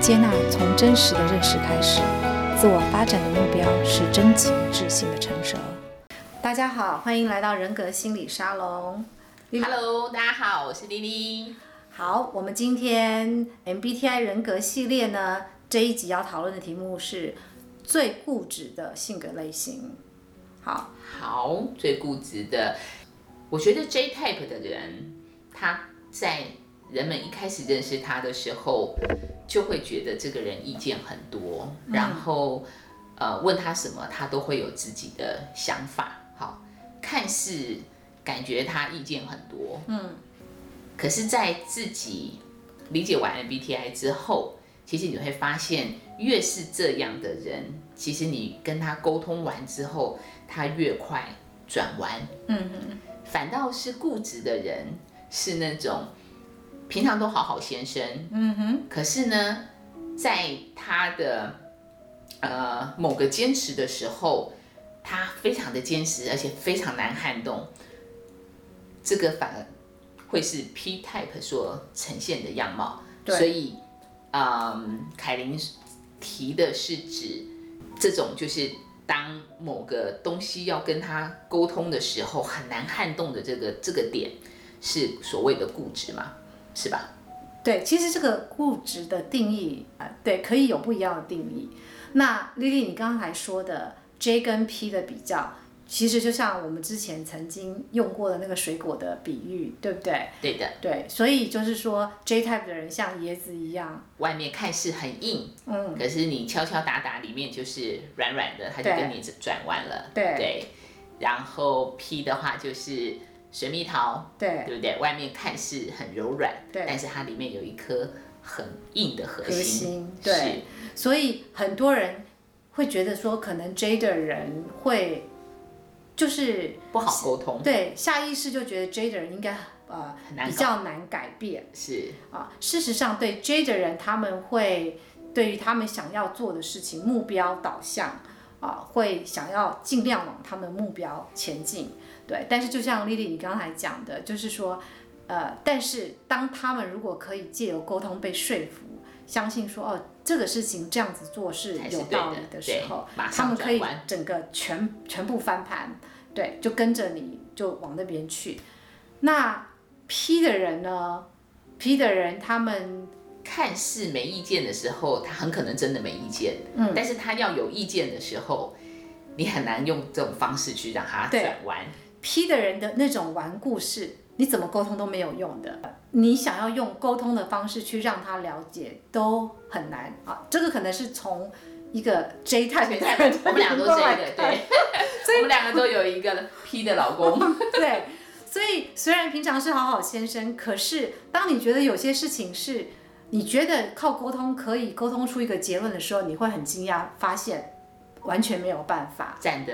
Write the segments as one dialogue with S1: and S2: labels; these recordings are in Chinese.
S1: 接纳从真实的认识开始，自我发展的目标是真情智性的成熟。大家好，欢迎来到人格心理沙龙。
S2: Hello，大家好，我是丽丽。
S1: 好，我们今天 MBTI 人格系列呢这一集要讨论的题目是最固执的性格类型。好，
S2: 好，最固执的，我觉得 J type 的人，他在人们一开始认识他的时候，就会觉得这个人意见很多，然后呃问他什么，他都会有自己的想法。好，看似感觉他意见很多，嗯，可是，在自己理解完 MBTI 之后，其实你会发现，越是这样的人，其实你跟他沟通完之后，他越快转弯。嗯反倒是固执的人是那种平常都好好先生，嗯哼，可是呢，在他的呃某个坚持的时候，他非常的坚持，而且非常难撼动。这个反而会是 P type 所呈现的样貌。
S1: 对
S2: 所以，嗯，凯琳提的是指这种就是当某个东西要跟他沟通的时候很难撼动的这个这个点，是所谓的固执嘛，是吧？
S1: 对，其实这个固执的定义啊、呃对，可以有不一样的定义。那丽丽，你刚才说的 J 跟 P 的比较，其实就像我们之前曾经用过的那个水果的比喻，对不对？
S2: 对的，
S1: 对，所以就是说 J type 的人像椰子一样，
S2: 外面看似很硬，嗯，可是你敲敲打打，里面就是软软的，它就
S1: 对
S2: 跟你转弯了，
S1: 对
S2: 然后 P 的话就是水蜜桃，
S1: 对，
S2: 对不对？外面看似很柔软，
S1: 对
S2: 但是它里面有一颗很硬的核
S1: 核心
S2: 是
S1: 对所以很多人会觉得说，可能 J 的人会就是
S2: 不好沟通，
S1: 对下意识就觉得 J 的人应该呃
S2: 很难
S1: 比较难改变
S2: 是
S1: 啊。事实上，对 J 的人，他们会对于他们想要做的事情目标导向啊，会想要尽量往他们目标前进。对，但是就像丽丽你刚才讲的，就是说，呃，但是当他们如果可以借由沟通被说服，相信说哦这个事情这样子做是
S2: 才是
S1: 有
S2: 对
S1: 道
S2: 的
S1: 理的时
S2: 对
S1: 候，
S2: 马
S1: 他
S2: 上
S1: 们可以
S2: 转弯
S1: 整个全全部翻盘，对，就跟着你就往那边去。那 P 的人呢？P 的人他们
S2: 看似没意见的时候，他很可能真的没意见，嗯，但是他要有意见的时候，你很难用这种方式去让他
S1: 对
S2: 转弯。
S1: P 的人的那种顽固是，你怎么沟通都没有用的。你想要用沟通的方式去让他了解，都很难啊。这个可能是从一个 J 太
S2: 对
S1: 太的人
S2: 我们俩都这
S1: 来
S2: 个，对，我们两个都有一个 P 的老公，
S1: 对，所以虽然平常是好好先生，可是当你觉得有些事情是你觉得靠沟通可以沟通出一个结论的时候，你会很惊讶，发现完全没有办法。
S2: 站得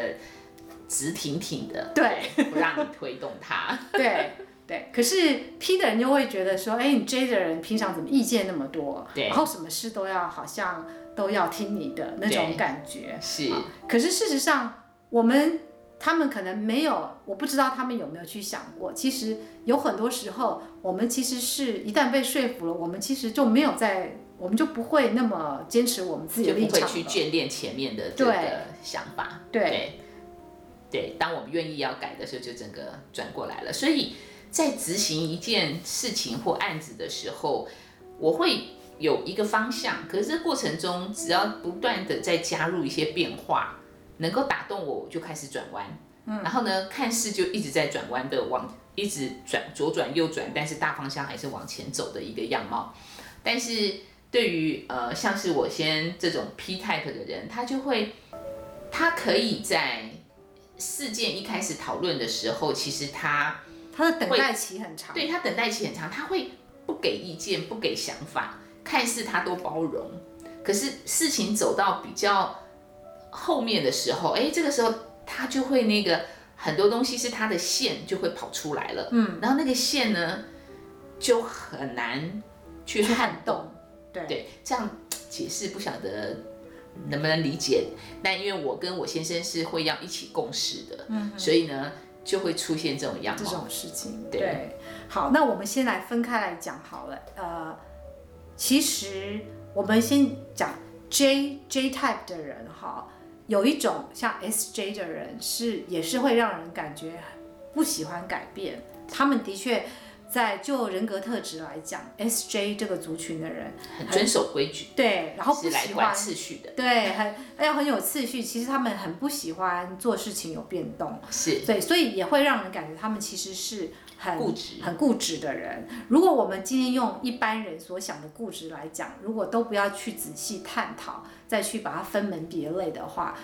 S2: 直挺挺的，
S1: 对
S2: 对，不让你推动他。
S1: 对对，可是 P 的人就会觉得说，哎，你 J 的人平常怎么意见那么多，
S2: 对
S1: 然后什么事都要好像都要听你的那种
S2: 对
S1: 感觉。
S2: 是，
S1: 啊可是事实上，我们他们可能没有，我不知道他们有没有去想过，其实有很多时候，我们其实是一旦被说服了，我们其实就没有在，我们就不会那么坚持我们自己
S2: 就
S1: 的立
S2: 不会
S1: 场
S2: 去
S1: 了
S2: 眷恋前面的这
S1: 对
S2: 个想法。
S1: 对
S2: 对对当我们愿意要改的时候，就整个转过来了。所以在执行一件事情或案子的时候，我会有一个方向，可是这过程中只要不断的再加入一些变化，能够打动我，我就开始转弯。嗯，然后呢，看似就一直在转弯的往，一直转左转右转，但是大方向还是往前走的一个样貌。但是对于呃，像是我先这种 P type 的人，他就会，他可以在事件一开始讨论的时候，其实他
S1: 他的等待期很长，
S2: 对他等待期很长，他会不给意见，不给想法，看似他都包容，可是事情走到比较后面的时候，哎，这个时候他就会那个很多东西是他的线就会跑出来了，嗯，然后那个线呢就很难去
S1: 去
S2: 撼
S1: 撼
S2: 动。
S1: 动，对
S2: 对，这样解释不晓得能不能理解。但因为我跟我先生是会要一起共事的，嗯，所以呢就会出现这种样
S1: 这
S2: 貌。
S1: 种事情。
S2: 对
S1: 好，那我们先来分开来讲好了。呃其实我们先讲 J J type 的人哈，有一种像 SJ 的人是也是会让人感觉不喜欢改变，他们的确。在就人格特质来讲，SJ 这个族群的人，
S2: 很遵守规矩，
S1: 对，然后不
S2: 是来
S1: 喜欢
S2: 管次序的，
S1: 对，很要很有次序。其实他们很不喜欢做事情有变动，
S2: 是
S1: 对，所以也会让人感觉他们其实是很
S2: 固执
S1: 很固执的人。如果我们今天用一般人所想的固执来讲，如果都不要去仔细探讨，再去把它分门别类的话，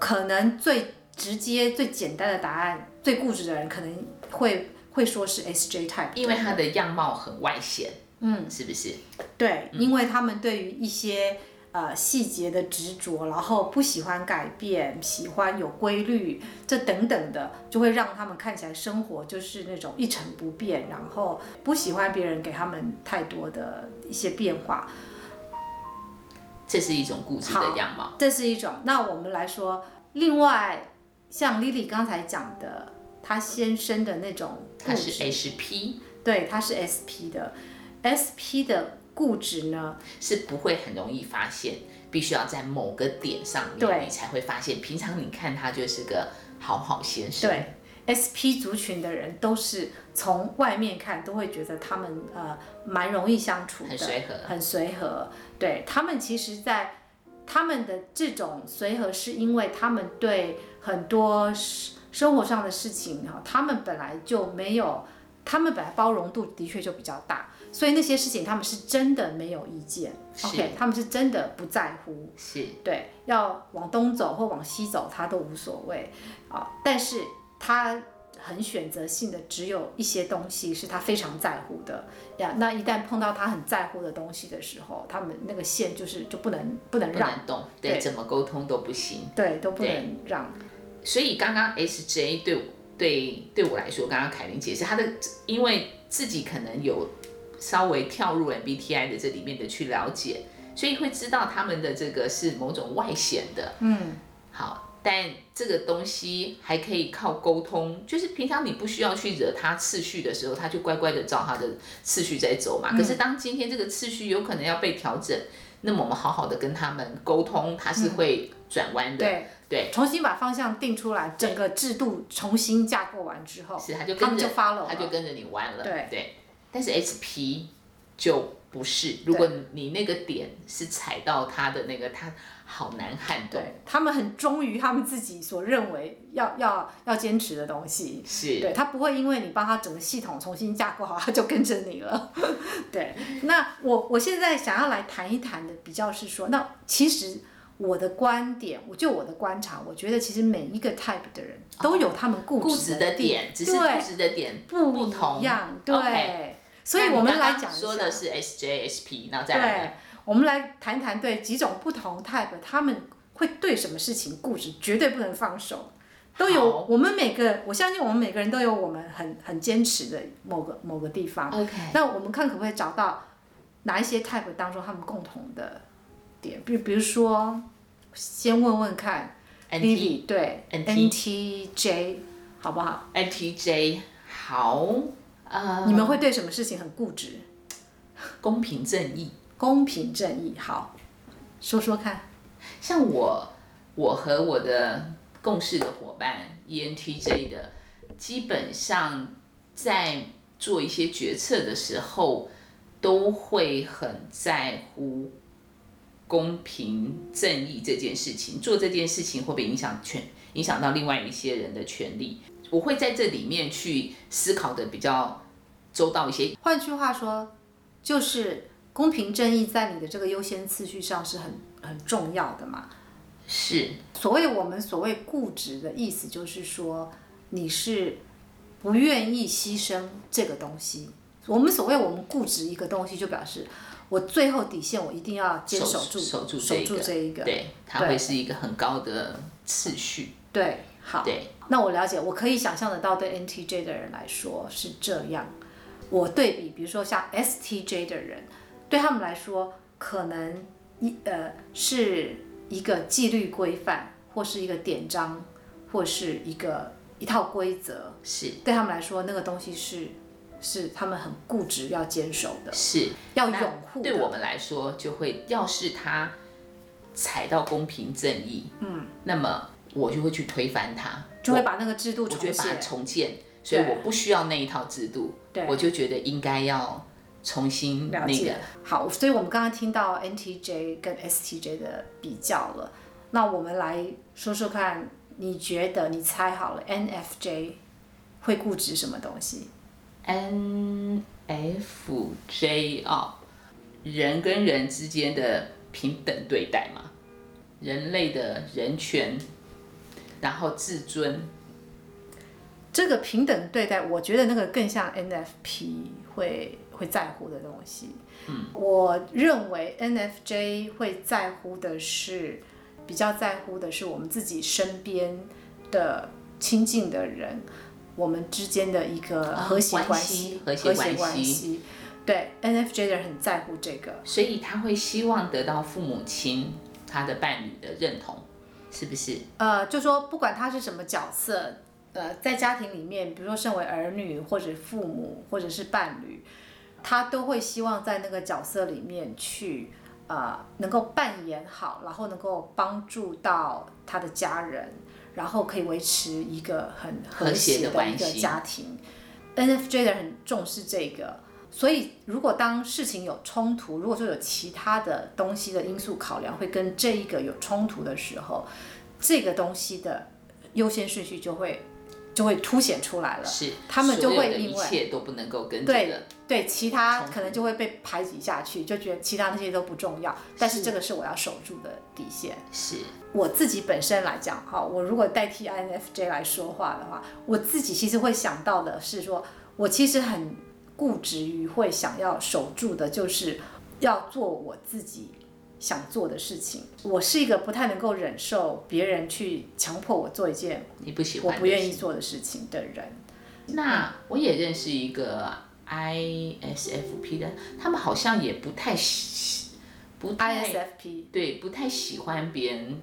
S1: 可能最直接、最简单的答案，最固执的人可能会会说是 SJ type，
S2: 因为他的样貌很外显，
S1: 嗯，
S2: 是不是？
S1: 对，因为他们对于一些呃细节的执着，然后不喜欢改变，喜欢有规律，这等等的，就会让他们看起来生活就是那种一成不变，然后不喜欢别人给他们太多的一些变化，
S2: 这是一种固执的样貌，
S1: 这是一种。那我们来说，另外像 Lily 刚才讲的，她先生的那种固
S2: 他是
S1: 执，
S2: HP，
S1: 对，他是 SP 的，SP 的固执呢，
S2: 是不会很容易发现，必须要在某个点上
S1: 对
S2: 面你才会发现。平常你看他就是个好好先生，
S1: 对，SP 族群的人都是从外面看都会觉得他们呃蛮容易相处的，
S2: 很随和，
S1: 很随和。对他们，其实在，他们的这种随和，是因为他们对很多事生活上的事情哈，他们本来就没有，他们本来包容度的确就比较大，所以那些事情他们是真的没有意见
S2: 是
S1: ，OK，他们是真的不在乎。
S2: 是
S1: 对，要往东走或往西走，他都无所谓啊。但是他很选择性的，只有一些东西是他非常在乎的呀。那一旦碰到他很在乎的东西的时候，他们那个线就是就不能不能
S2: 不
S1: 让，
S2: 能动，
S1: 对
S2: 对，怎么沟通都不行。
S1: 对，都不
S2: 对
S1: 能让，
S2: 所以刚刚 SJ 对我对对我来说，刚刚凯琳解释他的，因为自己可能有稍微跳入 MBTI 的这里面的去了解，所以会知道他们的这个是某种外显的，
S1: 嗯，
S2: 好，但这个东西还可以靠沟通，就是平常你不需要去惹他次序的时候，他就乖乖的照他的次序在走嘛。可
S1: 嗯
S2: 是当今天这个次序有可能要被调整，那么我们好好的跟他们沟通，他是会转弯
S1: 嗯
S2: 的，
S1: 对
S2: 对，
S1: 重新把方向定出来，整个制度重新架构完之后，
S2: 是他就
S1: 他
S2: 跟
S1: 们
S2: 着
S1: 就 follow 了，
S2: 他就跟着你弯了，
S1: 对
S2: 但是 SP 就不是，如果你那个点是踩到他的那个，他好难撼动，
S1: 对他们很忠于他们自己所认为要要要坚持的东西，
S2: 是。
S1: 对，他不会因为你帮他整个系统重新架构好， 他就跟着你了。 对，那我我现在想要来谈一谈的，比较是说，那其实我的观点，我就我的观察，我觉得其实每一个 type 的人都有他们固
S2: 哦固
S1: 执
S2: 执的
S1: 地
S2: 点，只是
S1: 对
S2: 固执的点
S1: 不
S2: 不同
S1: 一样，对。
S2: OK
S1: 所以
S2: 那你
S1: 我们
S2: 刚
S1: 来
S2: 刚
S1: 讲一
S2: 说
S1: 下
S2: 的是 SJSP，然后再来
S1: 对
S2: 呢，
S1: 我们来谈谈对几种不同 type，他们会对什么事情固执，绝对不能放手。都有
S2: 好
S1: 我们每个，我相信我们每个人都有我们很很坚持的某个某个地方。
S2: OK，
S1: 那我们看可不可以找到哪一些 type 当中他们共同的点，比比如说，先问问看
S2: NT
S1: Lily 对
S2: NT
S1: NTJ 好不好？
S2: NTJ 好，呃，
S1: 你们会对什么事情很固执？
S2: 公平正义，
S1: 公平正义好，说说看。
S2: 像我，我和我的共事的伙伴，E ENTJ 的，基本上在做一些决策的时候，都会很在乎公平正义这件事情。做这件事情会不会影响权，影响到另外一些人的权利？我会在这里面去思考的比较周到一些，
S1: 换句话说，就是公平正义在你的这个优先次序上是很很重要的嘛。
S2: 是
S1: 所谓我们所谓固执的意思，就是说你是不愿意牺牲这个东西。我们所谓我们固执一个东西，就表示我最后底线我一定要坚守住，
S2: 守住
S1: 守
S2: 这一
S1: 住
S2: 个，
S1: 这一个。
S2: 对，它
S1: 对
S2: 会是一个很高的次序，
S1: 对，好。
S2: 对。
S1: 那我了解，我可以想象得到，对 NTJ 的人来说是这样。我对比，比如说像 STJ 的人，对他们来说，可能一呃是一个纪律规范，或是一个典章，或是一个一套规则，
S2: 是
S1: 对他们来说，那个东西是是他们很固执要坚守的，
S2: 是
S1: 要
S2: 那
S1: 拥护的。
S2: 对我们来说，就会要是他踩到公平正义，嗯，那么我就会去推翻他，
S1: 就会把那个制度
S2: 啊我就会
S1: 重
S2: 把
S1: 写。
S2: 它重建，所以
S1: 对
S2: 我不需要那一套制度，
S1: 对
S2: 我就觉得应该要重新
S1: 了
S2: 那
S1: 解
S2: 个，
S1: 好，所以我们刚刚听到 NTJ 跟 STJ 的比较了，那我们来说说看，你觉得你猜好了 NFJ 会固执什么东西？
S2: N F J 哦，人跟人之间的平等对待嘛，人类的人权，然后自尊，
S1: 这个平等对待，我觉得那个更像 NFP 会会在乎的东西。嗯，我认为 NFJ 会在乎的是，比较在乎的是我们自己身边的亲近的人，我们之间的一个
S2: 啊
S1: 和谐
S2: 关
S1: 关
S2: 系
S1: 系，
S2: 和谐
S1: 和
S2: 关
S1: 谐
S2: 系
S1: 关系。对 NFJ 的人很在乎这个，
S2: 所以他会希望得到父母亲他的伴侣的认同，是不是？
S1: 呃，就说不管他是什么角色，呃，在家庭里面，比如说身为儿女或者父母或者是伴侣，他都会希望在那个角色里面去呃能够扮演好，然后能够帮助到他的家人，然后可以维持一个很
S2: 和
S1: 和
S2: 谐的
S1: 谐的
S2: 关
S1: 一个
S2: 系
S1: 家庭。NFJ 的人很重视这个。所以，如果当事情有冲突，如果说有其他的东西的因素考量会跟这一个有冲突的时候，这个东西的优先顺序就会就会凸显出来了。
S2: 是，
S1: 他们就
S2: 所有
S1: 会
S2: 的
S1: 因
S2: 一
S1: 为
S2: 切都不能够跟这
S1: 对
S2: 个
S1: 对，其他
S2: 冲突
S1: 可能就会被排挤下去，就觉得其他那些都不重要。但是这个是我要守住的底线。
S2: 是
S1: 我自己本身来讲，哈，我如果代替 INFJ 来说话的话，我自己其实会想到的是说，我其实很固执于会想要守住的，就是要做我自己想做的事情。我是一个不太能够忍受别人去强迫我做一件
S2: 你不喜
S1: 我
S2: 欢的
S1: 不愿
S2: 事
S1: 意做的事情的人。
S2: 那我也认识一个 ISFP 的，他们好像也不太喜，不太
S1: ISFP
S2: 对，不太喜欢别人，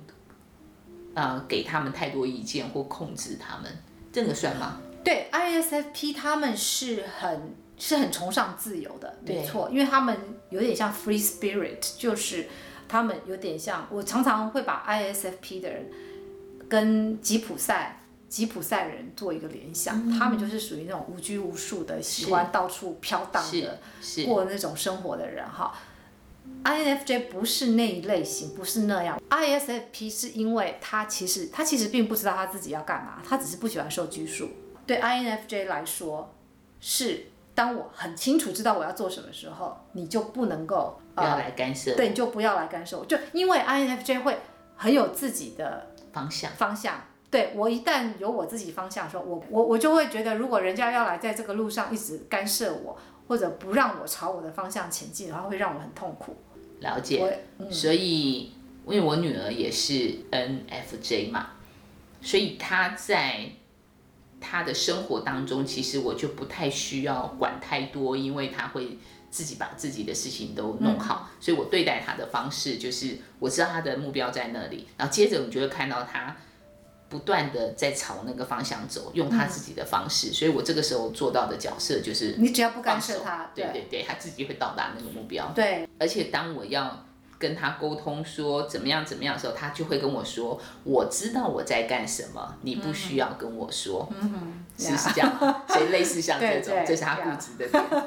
S2: 呃，给他们太多意见或控制他们，这个算吗？
S1: 对 ISFP 他们是很是很崇尚自由的，
S2: 对
S1: 没错，因为他们有点像 free spirit，就是他们有点像我常常会把 ISFP 的人跟吉普赛吉普赛人做一个联想，
S2: 嗯
S1: 他们就是属于那种无拘无束的，喜欢到处飘荡
S2: 是
S1: 的
S2: 是
S1: 过那种生活的人哈。INFJ 不是那一类型，不是那样。ISFP 是因为他其实他其实并不知道他自己要干嘛，他只是不喜欢受拘束。对 INFJ 来说，是当我很清楚知道我要做什么时候，你就不能够
S2: 不要
S1: 呃，
S2: 来干涉
S1: 对，你就不要来干涉我，就因为 INFJ 会很有自己的
S2: 方向。
S1: 方向。对我一旦有我自己方向的时候，我我我就会觉得，如果人家要来在这个路上一直干涉我，或者不让我朝我的方向前进，然后会让我很痛苦。
S2: 了
S1: 我
S2: 解，所以因为我女儿也是 NFJ 嘛，所以她在她的生活当中，其实我就不太需要管太多，因为她会自己把自己的事情都弄好，所以我对待她的方式就是我知道她的目标在那里，然后接着你就会看到她。不断的在朝那个方向走，用她自己的方式，所以我这个时候做到的角色就是
S1: 你只要不干
S2: 放
S1: 涉
S2: 手，
S1: 他，
S2: 对对对，她自己会到达那个目标。
S1: 对
S2: 而且当我要跟他沟通说怎么样怎么样的时候，他就会跟我说：“我知道我在干什么，你不需要跟我说。”嗯哼，是不是这样吗？所以类 似像这种
S1: 对，对
S2: 这是他固执的点。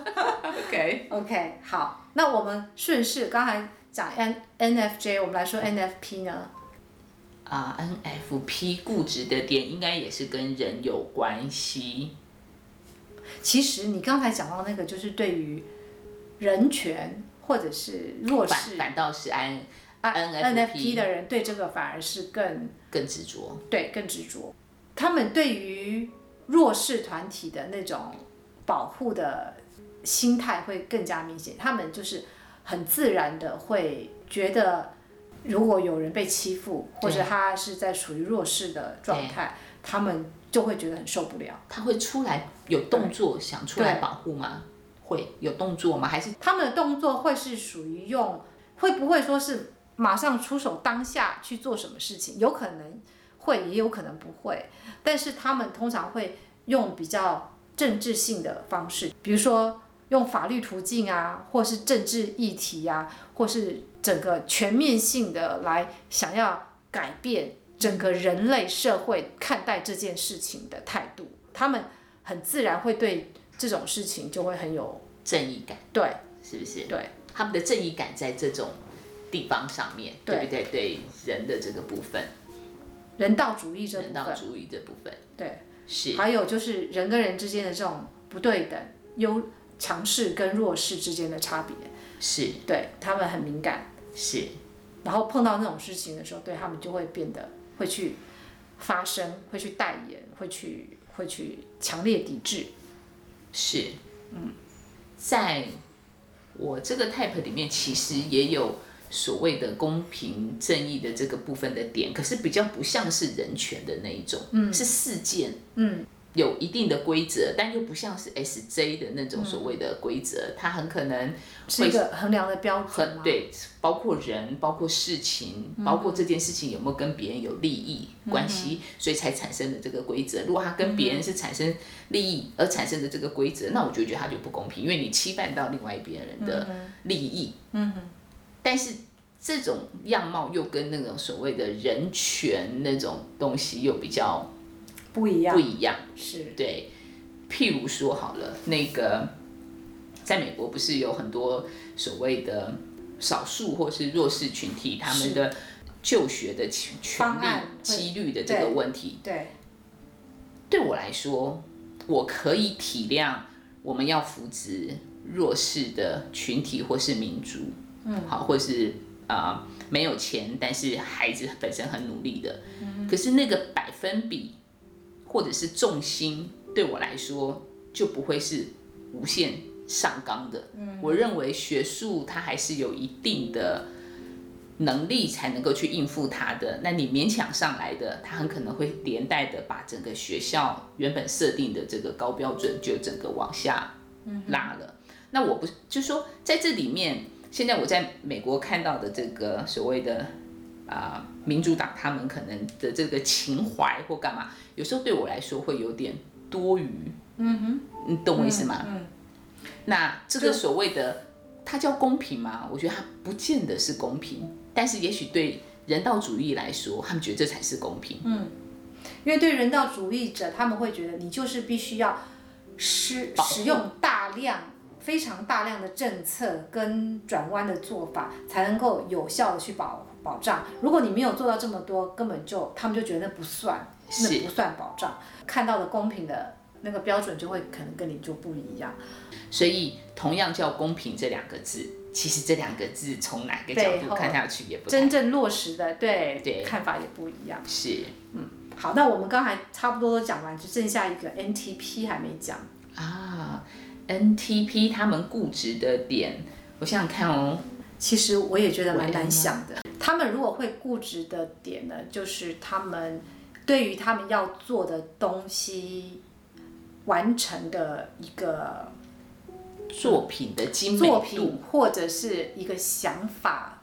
S2: OK，
S1: ，OK，好，那我们顺势刚才讲 N NFJ，我们来说 NFP 呢？
S2: 啊、n f p 固执的点应该也是跟人有关系。
S1: 其实你刚才讲到那个，就是对于人权或者是弱
S2: 反
S1: 势啊
S2: 反倒是 N
S1: NFP
S2: NFP
S1: 的人，对这个反而是更
S2: 更执着，
S1: 对更执着。他们对于弱势团体的那种保护的心态会更加明显，他们就是很自然的会觉得，如果有人被欺负，或者他是在处于弱势的状态，他们就会觉得很受不了。
S2: 他会出来有动作，想出来保护吗？会有动作吗？还是
S1: 他们的动作会是属于用，会不会说是马上出手当下去做什么事情？有可能会，也有可能不会。但是他们通常会用比较政治性的方式，比如说用法律途径啊，或是政治议题啊，或是整个全面性的来想要改变整个人类社会看待这件事情的态度，他们很自然会对这种事情就会很有
S2: 正义感
S1: 对
S2: 是不是？
S1: 对，
S2: 他们的正义感在这种地方上面，对
S1: 对
S2: 不对？对人的这个部分，
S1: 人道主义这部
S2: 人道
S1: 分，
S2: 主义这部分
S1: 对，
S2: 是
S1: 还有就是人跟人之间的这种不对等、优强势跟弱势之间的差别，
S2: 是
S1: 对他们很敏感。
S2: 是，
S1: 然后碰到那种事情的时候，对他们就会变得会去发声，会去代言，会去会去强烈抵制。
S2: 是，嗯，在我这个 type 里面，其实也有所谓的公平正义的这个部分的点，可是比较不像是人权的那一种，嗯，是事件，嗯，有一定的规则，但又不像是 SJ 的那种所谓的规则，它很可能
S1: 是一个衡量的标准
S2: 很
S1: 吗？
S2: 对，包括人，包括事情，包括这件事情有没有跟别人有利益关系，所以才产生的这个规则。如果它跟别人是产生利益而产生的这个规则，那我就觉得它就不公平，因为你侵犯到另外一边人的利益。嗯但是这种样貌又跟那种所谓的人权那种东西又比较
S1: 不一样，
S2: 不一样。
S1: 是
S2: 对，譬如说好了，那个在美国不是有很多所谓的少数或是弱势群体，他们的就学的权权
S1: 方
S2: 利
S1: 案会
S2: 几率的这个
S1: 对
S2: 问题，
S1: 对
S2: 对我来说，我可以体谅我们要扶植弱势的群体或是民族，嗯，好，或是啊、呃没有钱，但是孩子本身很努力的，可是那个百分比或者是重心，对我来说就不会是无限上纲的。嗯，我认为学术它还是有一定的。能力才能够去应付它的，那你勉强上来的，它很可能会连带的把整个学校原本设定的这个高标准就整个往下拉了。那我不就说在这里面，现在我在美国看到的这个所谓的啊、民主党他们可能的这个情怀或干嘛，有时候对我来说会有点多余。嗯哼，你懂我意思吗？嗯那这个所谓的它叫公平吗？我觉得它不见得是公平，但是也许对人道主义来说，他们觉得这才是公平。
S1: 因为对人道主义者，他们会觉得你就是必须要使
S2: 保护
S1: 使用大量、非常大量的政策跟转弯的做法，才能够有效的去保保障。如果你没有做到这么多，根本就他们就觉得那不算，
S2: 是
S1: 那不算保障。看到的公平的那个标准就会可能跟你就不一样。
S2: 所以同样叫公平这两个字，其实这两个字从哪个角
S1: 背
S2: 度
S1: 后
S2: 看下去也不太嗯
S1: 真正落实的对
S2: 对
S1: 看法也不一样。
S2: 是
S1: 好，那我们刚才差不多都讲完，只剩下一个 NTP 还没讲。
S2: 啊。NTP 他们固执的点，我想想看哦，
S1: 其实我也觉得蛮
S2: 为
S1: 难
S2: 吗
S1: 想的。他们如果会固执的点呢，就是他们对于他们要做的东西完成的一个
S2: 作品的精美度
S1: 作品或者是一个想法，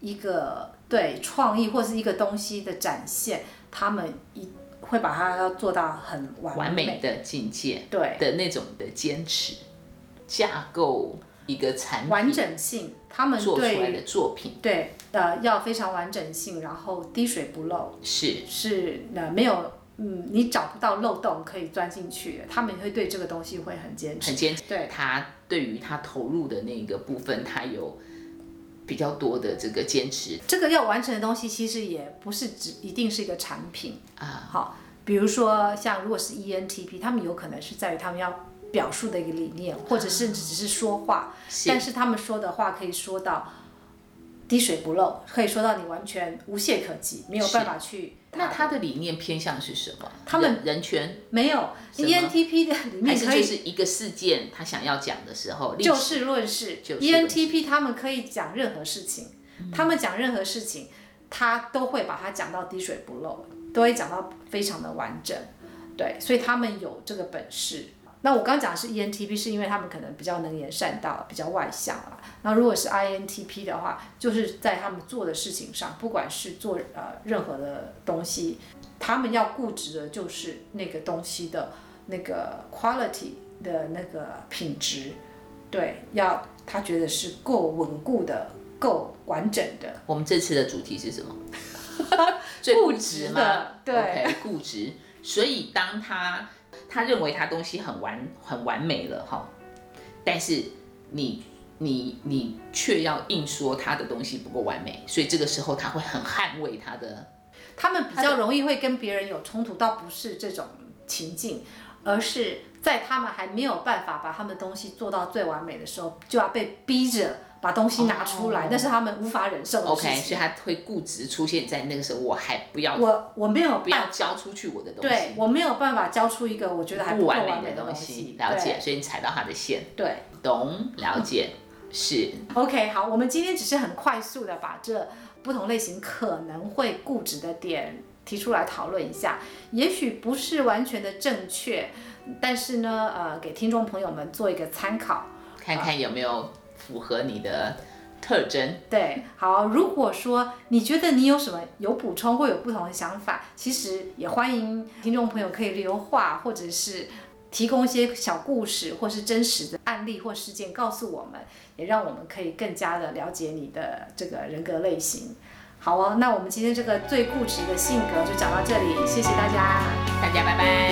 S1: 一个对创意或是一个东西的展现，他们一会把它要做到很完
S2: 完美的境界
S1: 对。
S2: 的那种的坚持，架构一个产
S1: 完
S2: 品
S1: 整性，他们
S2: 做出
S1: 对
S2: 来
S1: 于
S2: 的作品
S1: 对呃要非常完整性，然后滴水不漏，
S2: 是
S1: 是呃没有嗯你找不到漏洞可以钻进去的，他们会对这个东西会很坚持。
S2: 很坚持。
S1: 对
S2: 他对于他投入的那个部分，他有比较多的这个坚持
S1: 这个要完成的东西其实也不是只一定是一个产品，
S2: 啊。
S1: 好，比如说像如果是 E ENTP，他们有可能是在于他们要表述的一个理念，或者是只是说话，
S2: 是
S1: 但是他们说的话可以说到滴水不漏，可以说到你完全无懈可击，没有办法去
S2: 那他的理念偏向是什么？
S1: 他们
S2: 人人 权
S1: 没有 E
S2: 什么
S1: ENTP 的里
S2: 还
S1: 面
S2: 是
S1: 可
S2: 就
S1: 以
S2: 是一个事件，他想要讲的时候，历
S1: 就
S2: 史
S1: 事论事 E
S2: 就事论事嗯
S1: ，ENTP 他们可以讲任何事情，他们讲任何事情，他都会把它讲到滴水不漏，都会讲到非常的完整，对，所以他们有这个本事。那我刚讲的是 E ENTP，是因为他们可能比较能言善道，比较外向啦。那如果是 INTP 的话，就是在他们做的事情上，不管是做呃任何的东西，他们要固执的就是那个东西的那个 quality 的那个品质，对，要他觉得是够稳固的、够完整的、
S2: 我们这次的主题 是什么？最
S1: 固
S2: 固
S1: 执
S2: 执
S1: 的
S2: 嘛，
S1: 对
S2: OK，固执。所以当他他认为他东西很完很完美了哈，但是你你你却要硬说他的东西不够完美，所以这个时候他会很捍卫他的。
S1: 他们比较容易会跟别人有冲突，倒不是这种情境，而是在他们还没有办法把他们东西做到最完美的时候，就要被逼着把东西拿出来，
S2: 哦
S1: 那是他们无法忍受的事
S2: OK，
S1: 情。
S2: 所以他会固执出现在那个时候，我还不要
S1: 我我没有
S2: 不
S1: 办
S2: 要交出去我的东
S1: 对
S2: 西，
S1: 我没有办法交出一个我觉得还
S2: 不
S1: 够
S2: 完
S1: 完
S2: 美
S1: 美
S2: 的
S1: 东
S2: 东
S1: 西
S2: 西，。了解，所以你踩到他的线，
S1: 对。对
S2: 懂了解是
S1: OK，好，我们今天只是很快速的把这不同类型可能会固执的点提出来讨论一下，也许不是完全的正确，但是呢，呃，给听众朋友们做一个参考。
S2: 看看有没有符合你的特征。
S1: 对，好，如果说你觉得你有什么有补充或有不同的想法，其实也欢迎听众朋友可以留话，或者是提供一些小故事或是真实的案例或事件告诉我们，也让我们可以更加的了解你的这个人格类型。好哦，那我们今天这个最固执的性格就讲到这里，谢谢大家。
S2: 大家拜拜。